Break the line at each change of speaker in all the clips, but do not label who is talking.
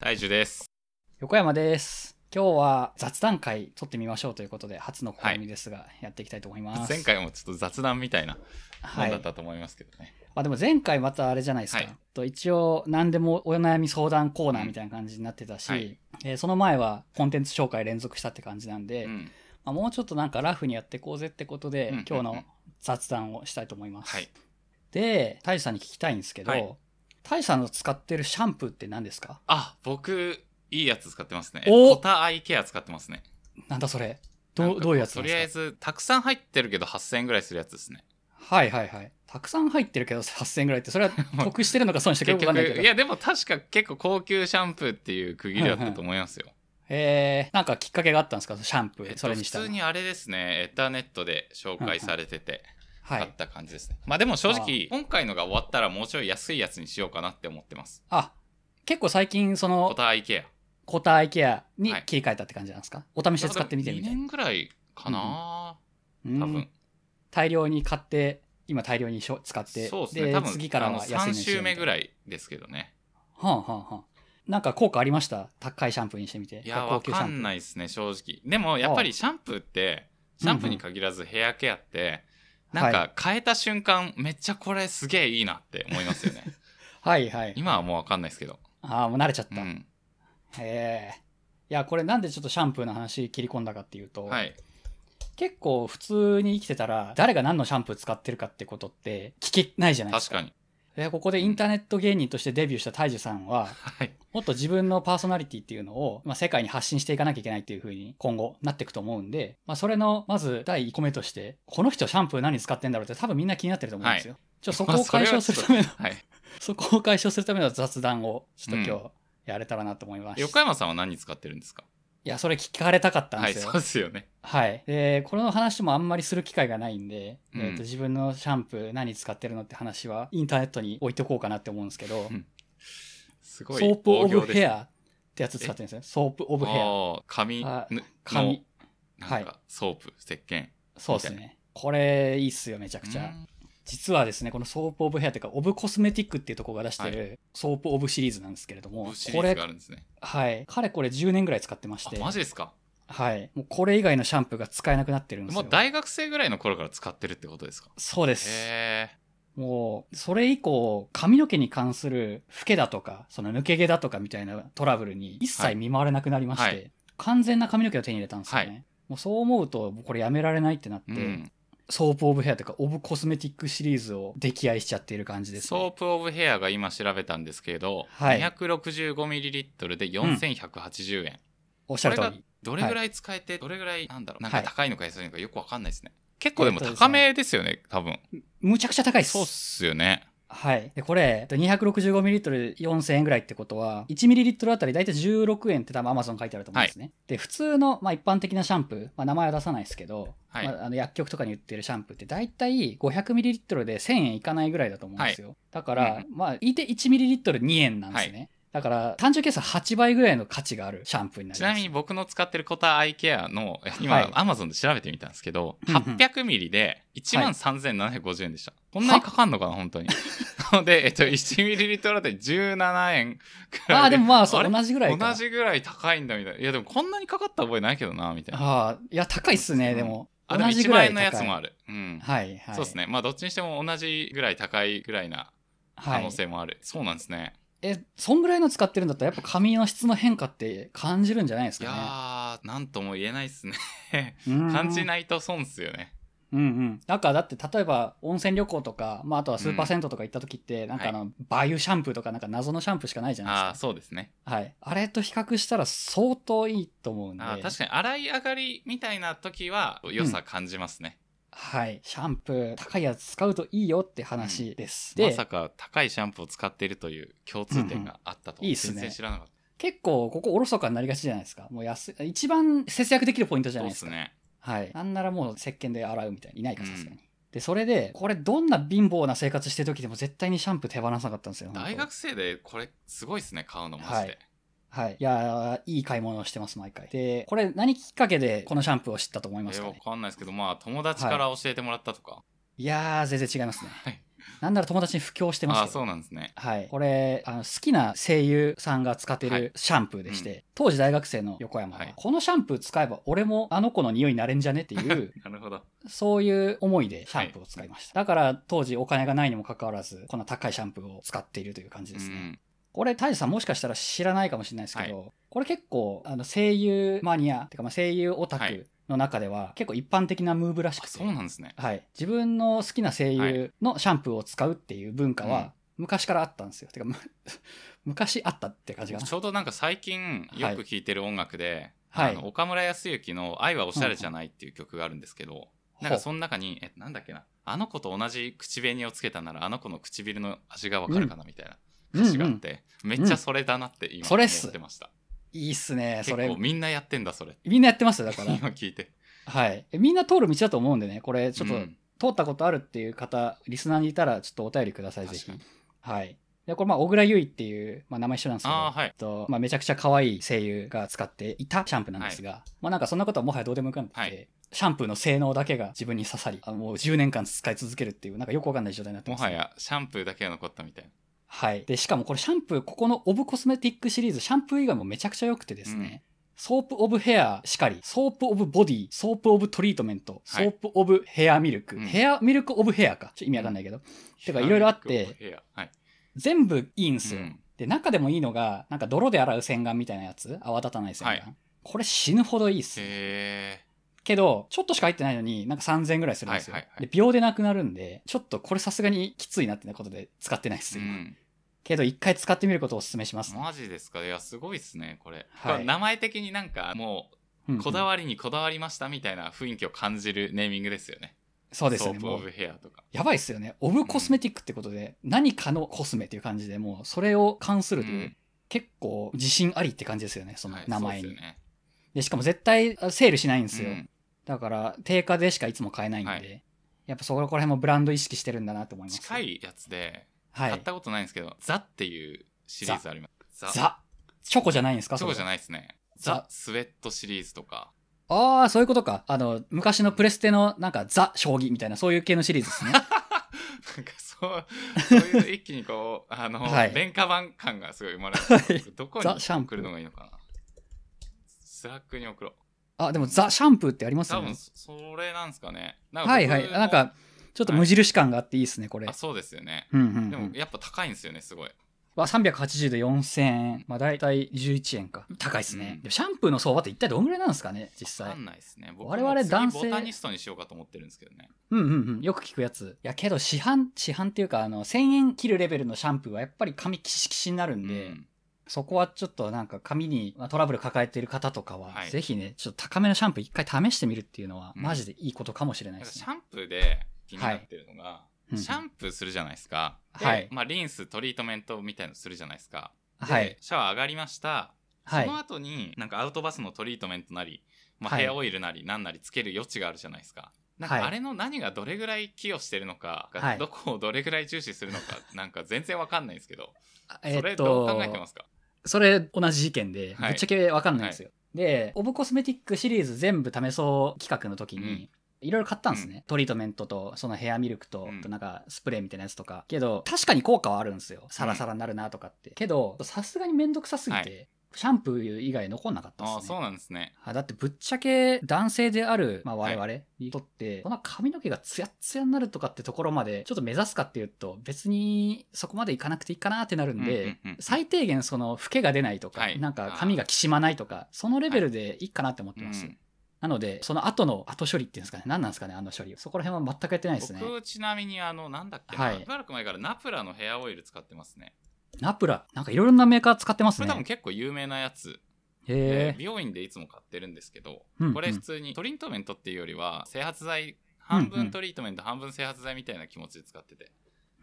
大樹です。
横山です。今日は雑談会撮ってみましょうということで、初の試みですが、やっていきたいと思います。
前、回もちょっと雑談みたいなも
は
ん
い
だっ。たと思いますけどね。
あ、でも前回またあれじゃないですか。
はい
と一応、何でもお悩み相談コーナーみたいな感じになってたし、
うんはい
えーその前はコンテンツ紹介連続したって感じなんで、
うん。
まあ、もうちょっとなんかラフにやっていこうぜってことで、
うんうんうん
今日の雑談をしたいと思います。
はい。
で、大志さんに聞きたいんですけど、
はい
大志さんの使ってるシャンプーって何ですか
あ、僕、いいやつ使ってますね。
お
コタアイケア使ってますね。
なんだそれ
なん
ど
か
うどういうやつな
と
ん
りあえ
ですか
ず、たくさん入ってるけど8000円ぐらいするやつですね。
はいはいはい。たくさん入ってるけど8000円ぐらいって、そ れは得してるのか損してる
結
のかよくわ
局、
かんな
いや、
いけど。
でも確か結構高級シャンプーっていう区切りだったと思いますよ。
えー、なんかきっかけがあったんですかシャンプー、
えっと
それにした
普
の
通にあれですね、エンターネットで紹介されてて、
は
あ
い
っ。た感じですね。まあでも正直、今回のが終わったらもうちょい安いやつにしようかなって思ってます。
あ、結構最近、そ
コ
の、
タアイケア。
コタアイケアに
はい
切り替えたって感じなんですか、お試しで使ってみてみた
2
いな。
年ぐらいかな、
うん
多分。
大量に買って、今大量にしょ使って、
そうですね。多分
次からは安いの
3
にしよ
週
うみた
目
いな
ぐらいですけどね。
はあはあはあ。なんか効果ありました高いシャンプーにしてみて。
いや、
高
わ
級シャ
か
ンプー
んないですね、正直。でも、やっぱりシャンプーって、シャンプーに限らずヘアケアって、なん
は
か変えた瞬間、めっちゃこれすげえいいなって思いますよね。
はいはい。
今はもうわかんないですけど。
ああ、もう慣れちゃっ
う
た。へ
ん。
え。いや、これなんでちょっとシャンプーの話切り込んだかっていうと、
はい。
結構普通に生きてたら、誰が何のシャンプー使ってるかってことって聞けないじゃないで
確
す
か
か。
に。
でここでインターネット芸人としてデビューした大樹さんは、
はい。
もっと自分のパーソナリティっていうのを、まあ、世界に発信していかなきゃいけないっていう風に今後なっていくと思うんで、まあ、それのまず第1個目として、この人シャンプー何使ってんだろうって多分みんな気になってると思うんですよ。 ちょそこを解消するための、
はい。
そこを解消するための雑談をちょっと今日やれたらなと思います。
横山さんは何使ってるんですか
いや、それ聞かれたかったん
は
で
い、
すよ。
そうですよね。
はい。で、この話もあんまりする機会がないんで、
うん
えー、と自分のシャンプー何使ってるのって話はインターネットに置いておこうかなって思うんですけど
ん、すごい。
ソープオブヘ
ア。
アってやつ使ってるんですね。ソープオブヘア。
あー髪
あ
ぬの
髪。
なん
は
か、ソープ、石鹸。
そうですね。これいいっすよ、めちゃくちゃ。実はですね、このソープオブヘアっていうか、オブコスメティックっていうところが出してるソープオブシリーズなんですけれど
うん
も、
シリ
こ
ーズ
れ
が、あるんですね。
はい。かれこれ10年ぐらい使ってまし
あ
て、
マジですか
はい。もうこれ以外のシャンプーが使えなくなってるんです
も
よ。
う大学生ぐらいの頃から使ってるってことですか
そうです。
へ
もう、それ以降、髪の毛に関するフケだとか、その抜け毛だとかみたいなトラブルに一
はい
切見舞われなくなりまして、
はい
完全な髪の毛を手に入れたんですよね。
は
もうそう思うと、もうこれやめられないってなって、
え、うん
ソープオブヘアというか、オブコスメティックシリーズを溺愛しちゃっている感じです、
ソー
ね。
プオブヘアが今調べたんですけれど、
はい
265ml で4180円、
おっし
こ
ゃ
れ
る通
が
り。
どれぐらい使えて、どれぐらいなんだろうなんか
はい
高いのか安いのかよくわかんないですね結構でも
えっとですね
高めですよね多分
むちゃくちゃ高いです。
そうっすよね
はい。で、これ、265ml4000 円ぐらいってことは、1ml あたり大体16円って多分 Amazon 書いてあると思うんですね。で、普通の、まあ、一般的なシャンプー、まあ、名前は出さないですけど、
はい
まあ、あの薬局とかに売ってるシャンプーって大体 500ml で1000円いかないぐらいだと思うんですよ。だから、まあ、いて 1ml2 円なんですね。だから、単純計算8倍ぐらいの価値があるシャンプーになり
ち
ます。
なみに僕の使ってるコタアイケアの今、
はい
Amazon で調べてみたんですけど
うんうん
800ミリで1万3750円でした、こんなにかかんのかな本当に で、えっと、1ミリリットルあたり17円くらい
ああ、でもまあ、
あ
そ
れ
う、同じぐらいか。
同じぐらい高いんだみたいないやでもこんなにかかった覚えないけどなみたいな
ああ、いや、高いっすね、でも。
あでも
同じ
1
ぐら
万
い
円のやつ
高い
もあるうん、
はい、はい。
そうですねまあどっちにしても同じぐらい高いぐらいな
は
可
い。
能性もある、そうなんですね
え、そんぐらいの使ってるんだったらやっぱ髪の質の変化って感じるんじゃないです
いや
か
ーなんとも言えないっすね
ね。うん
感じないと損っすよね
うんうん。なんかだって例えば温泉旅行とか、まああとはスーパー銭湯とか行った時って、なんかあの、バユシャンプーとかなんか謎のシャンプーしかないじゃ
あ
な
あ
いです
そうですね
か。はい。あれと比較したら相当いいと思うんで。
あー確かに洗い上がりみたいな時は良さ感じますね、
はい。シャンプー高いやつ使うといいよって話です。
ま
で、
さか高いシャンプーを使っているという共通点があったと
うんうんいいっす
全
ね
然知らなかった
結構ここおろそかになりがちじゃないですか。もう安い、一番節約できるポイントじゃ
そ
な
う
い
で
です
す
か。
ね
はい。なんならもう石鹸で洗うみたいにいないか、
うん
さすがに。で、それで、これどんな貧乏な生活してる時でも絶対にシャンプー手放さなかったんですよ。本当
大学生でこれすごいですね買うのマジで、
はいはい。いやー、いい買い物をしてます、毎回。で、これ何きっかけでこのシャンプーを知ったと思い
え
ますか
ーわ
ね
かんないですけどまあ友達から教えてもらったとか、
いやー、全然違いますね。
はい
なんなら友達に布教して
あ
ま
あ、
すよ
そうなんですね。
はい、これあの好きな声優さんが使って
はい
るシャンプーでして、
う
当時大学生の横山は、
はい
このシャンプー使えば俺もあの子の匂いになれんじゃねって いう
なるほど。
そういう思いでシャンプーを使いました。だから当時お金がないにもかかわらず、こんな高いシャンプーを使っているという感じですね。
うん
これ、タイジさんもしかしたら知らないかもしれないですけど、これ結構、あの、声優マニア、てかまあ声優オタ
はい
クの中では結構一般的なムーブらし
あ、
くて、
そうなんですね。
はい。自分の好きな声優のシャンプーを使うっていう文化
うん
は昔からあったんですよ。てか、む 昔あったって感じが。
ちょうどなんか最近よく聴いてる音楽で、
はい
あの岡村康之の「愛はおしゃれじゃない」っていう曲があるんですけど、なんかその中にえなんだっけなあの子と同じ口紅をつけたならあの子の唇の味がわかるかなみたいな
うん
歌詞があって、めっちゃそれだなって今
そ
思
れっす
ってました、
いいっすね、そ
結
れ
構。みんなやってんだそれ
みんなやってますよ、だから。
今聞いて
はい。みんな通る道だと思うんでね、これちょっと、
うん
通ったことあるっていう方、リスナーにいたら、ちょっとお便りください、ぜ
確
ひ
か。に
はい。で、これ、まあ、小倉優衣っていう、まあ、名前一緒なんですけど、
あーはい
えっとまあ、めちゃくちゃ可愛い声優が使っていたシャンプーなんですが、まあ、なんかそんなことはもはやどうでもよくなってきて、
はい
シャンプーの性能だけが自分に刺さり、あのもう10年間使い続けるっていう、なんかよくわかんない状態になって
も
ます、
は。やシャンプーだけが残ったみたいな
はい。で、しかもこれ、シャンプー、ここのオブコスメティックシリーズ、シャンプー以外もめちゃくちゃ良くてですね、ソープオブヘアしかり、ソープオブボディ、ソープオブトリートメント、ソ
はい
ープオブヘアミルク、
うん
ヘアミルクオブヘアか。ちょっと意味わかんないけど、てかいろいろあって
部屋はい、
全部いいんすよ、
うん
で中でもいいのがなんか泥で洗う洗顔みたいなやつ泡立たない洗顔、
はい
これ死ぬほどいいっす
へ
けどちょっとしか入ってないのになんか3000円ぐらいするんですよ、
はいはいはい
で秒でなくなるんでちょっとこれさすがにきついなってなことで使ってないっ
え、
す
う
よ、
ん、
けど一回使ってみることをお勧めします、
マジですかいやすごいっすねこれ、
はい
これ名前的になんかもう
うんうん
こだわりにこだわりましたみたいな雰囲気を感じるネーミングですよね。
そうですよね
ソープ
も
オ
う
ブヘアとか。
やばいっすよねオブコスメティックってことで、何かのコスメっていう感じでもうそれを関するとい
う
う、
ん
結構自信ありって感じですよねその
はい
名前に、
そうですよね
でしかも絶対あセールしないんですよ、
うん
だから定価でしかいつも買えないんで、
はい
やっぱそこら辺もブランド意識してるんだなと思います
近いやつで、
は
買
い
ったことないんですけど、ザっていうシリーズあります。ザ
ザチョコじゃないんですか
チョコじゃ
ない
ないですね。
ザ
ザスウェットシリーズとか。
ああーそういうことかあの昔のプレステのなんかザ将棋みたいなそういう系のシリー ズですね
なんかそう、そういうの一気にこう、あの、
はい
廉価版感がすごい生まれ
はい
る。どこ
ザシャ
に
ンプ
送る
ー
のがいいのかな。スラックに送ろう。
あでもザシャンプーってあります
多
よ
分
ね
そそれなんですかね。なんか
はいは
僕
い
も
なん、かちょっと無印感があっていいですねこれ、
あ、そうですよね。
うんうんうん
でもやっぱ高いんですよね、すごい。
は380で4000円まあ大体11円か高いですね、
うん
でもシャンプーの相場って一体どんぐらいなんですかね実
わ
際
かんないですね。僕我
我々
々男
男
性
性
ボタニストにしようかと思ってるんですけどね。
うんうんうん。よく聞くやつ。いや、けど市販、市販っていうか、あの、1000円切るレベルのシャンプーはやっぱり髪キシキシになるんで、
うん
そこはちょっとなんか髪にまあトラブル抱えてる方とかは、
はい
ぜひね、ちょっと高めのシャンプー一回試してみるっていうのは、
うん
マジでいいことかもしれない
なん
で
か
す
シ
ね。
ャンプーで気になってるのが、
うん
シャンプーするじゃないですか。で
はい
まあ、リンス、トリートメントみたいのするじゃないですか。で
はい。
シャワー上がりました。
は
その
い。
後に、なんかアウトバスのトリートメントなり、まあ、
はい
ヘアオイルなり、なんなりつける余地があるじゃないですか。なん
はい
かあれの何がどれぐらい寄与してるのか、
はい
どこをどれぐらい重視するのか、 なんか全然わかんないんですけど、
あ
それどう考えてますか、
それ同じ意見で、
はい
ぶっちゃけわかんないんですよ。で、オブコスメティックシリーズ全部試そう企画の時に、いろいろ買ったんですね、トリートメントと、そのヘアミルクと、
うん
となんかスプレーみたいなやつとか。けど、確かに効果はあるんですよ。サラサラになるなとかって。けど、さすがにめんどくさすぎて、
は
シャンプー以外残んなかったん
ああ、
ですね
そう。なんですね。
あだってぶっちゃけ男性である、まあ、
は
我
い
々にとって、この髪の毛がツヤッツヤになるとかってところまでちょっと目指すかっていうと別にそこまでいかなくていいかなってなるんで、
うんうんうん
最低限その老けが出ないとか、
はい
なんか髪がきしまないとかそのレベルでいいかなって思ってます、
うん
なのでその後の後処理っていうんですかね何なんですかねあの処理そこら辺は全くやってないですね
僕ちなみにあのなんだっけな、
はい
しばらく前からナプラのヘアオイル使ってますね
ナプラなんかいろいろなメーカー使ってま
こ
す
れ
ね
多分結構有名なやつで
へえ
美容院でいつも買ってるんですけど、
うん
これ普通にトリートメントっていうよりは整髪剤半
うんう
分
ん
トリートメント、半分整髪剤みたいな気持ちで使ってて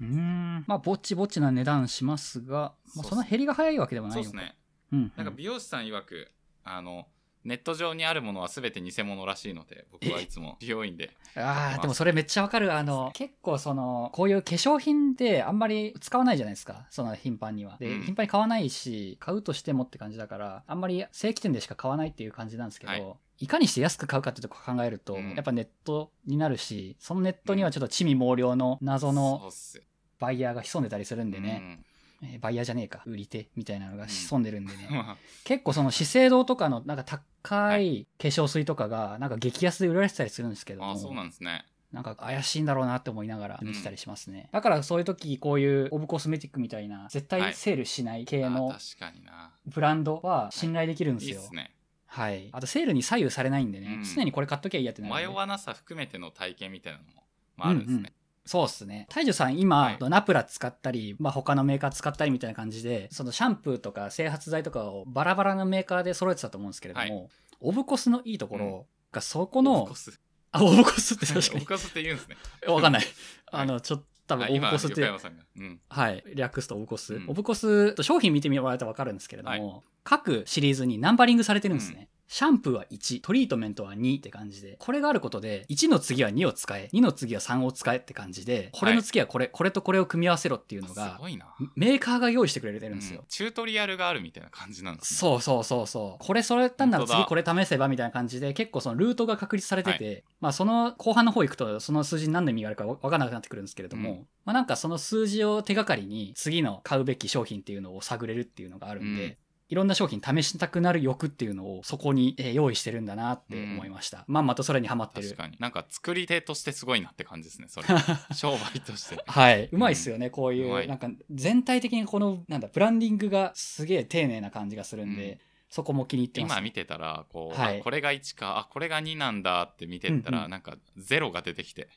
うーんまあぼちぼちな値段しますが、
そうっ
まあ、
す
そんな減りが早いわけではない
そう
よ
ですね
うんうん
なんか美容師さん曰くあのネット上にあるものは全て偽物らしいので僕はいつも美容院で
ああ、でもそれめっちゃわかる。あの、結構その、こういう化粧品ってあんまり使わないじゃないですか。その頻繁には。で、
うん
頻繁に買わないし、買うとしてもって感じだから、あんまり正規店でしか買わないっていう感じなんですけど、
はい
い、かにして安く買うかってとこ考えると、
うん
やっぱネットになるし、そのネットにはちょっと地味猛量の謎の
そうっす
バイヤーが潜んでたりするんでね、
ね。
えーバイヤーじゃねえか、売り手みたいなの が潜んでるんでね、
うん
結構その資生堂とかのなんか高
はい
化粧水とかがなんか激安で売られてたりするんですけども
ああ、そうなんですね。
なんか怪しいんだろうなって思いながら
うん
見てたりしますね、だからそういう時こういうオブコスメティックみたいな絶
は
対
い
セールしない系
あ
の
あ確かにな。
ブランドは信頼できるんで
い
す
い
よ
っすね。
はい、あとセールに左右されないんでね、
うん
常にこれ買っときゃいいやってなるん
迷
で
わなさ含めての体験みたいなのも、まあ、あるんですね。
そうっすね。大樹さん、今、
はい
ナプラ使ったり、まあ、他のメーカー使ったりみたいな感じで、そのシャンプーとか整髪剤とかをバラバラのメーカーで揃えてたと思うんですけれども、
は
オブコスのいいところが、そ
オ
こ の、
ブコス。
あ、オブコスって確か
オブ
に。
コスって言うんですね。
わかんない。あの、ちょっと、多
あ
分オ
今、
ブコスっ
横
て
山、さんが。うん。
はい、略すとオブコス。
うん
オブコス、商品見てもらえたらわかるんですけれども、各シリーズにナンバリングされてるんですね。シャンプーは1、トリートメントは2って感じで、これがあることで、1の次は2を使え、2の次は3を使えって感じで、これの次はこれ、これとこれを組み合わせろっていうの
あす
が、
ごいな。
メーカーが用意してくれてるんですよ。
うんチュートリアルがあるみたいな感じなんですね。
そうそうそうそう。これそれたんなら
本当だ
次これ試せばみたいな感じで、結構そのルートが確立されてて、まあその後半の方行くと、その数字に何の意味があるかわからなくなってくるんですけれども、
うん
まあなんかその数字を手がかりに次の買うべき商品っていうのを探れるっていうのがあるんで、
うん
いろんな商品試したくなる欲っていうのをそこにえー用意してるんだなって思いました。まんまとそれにハマって
確
る。
かに。なんか作り手としてすごいなって感じですね、そ れ。商売として。
はい。うまいっすよね、こういう
ま
う。
い
なんか全体的にこの、なんだ、ブランディングがすげえ丁寧な感じがするんで、
うん
そこも気に入ってます、
今見てたら、こう、
はい
あこれが1か、あ、これが2なんだって見てった
うん
ら、
うん
なんか0が出てきて、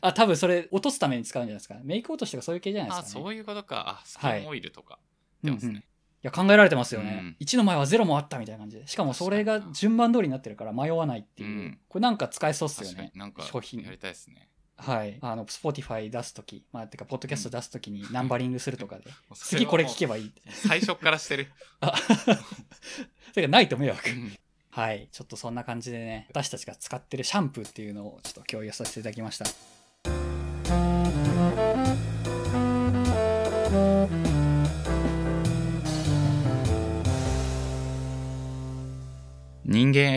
あ、多分それ落とすために使うんじゃないですか。メイク落としとかそういう系じゃないです
あ、
か、ね。
そういうことか。あ、ス
は
キ
い
ンオイルとか。出ます
うんうんい
ね。
や、考えられてますよ
う
ね
ん。
1の前は0もあったみたいな感じで。しかもそれが
確かにな
順番通りになってるから迷わないっていう。
うん
これなんか使えそうっすよ
確かに
ね。
なんか
商品
やりたいですね。
はい。あの、Spotify 出すとき、まあ、てか、ポッドキャスト出すときにナンバリングすると かで、 次これ聞け
ば。
ばいい。
最初からして る。
あてか、ないと迷惑
う。ん
はい。ちょっとそんな感じでね、私たちが使ってるシャンプーっていうのをちょっと共有させていただきました。
人間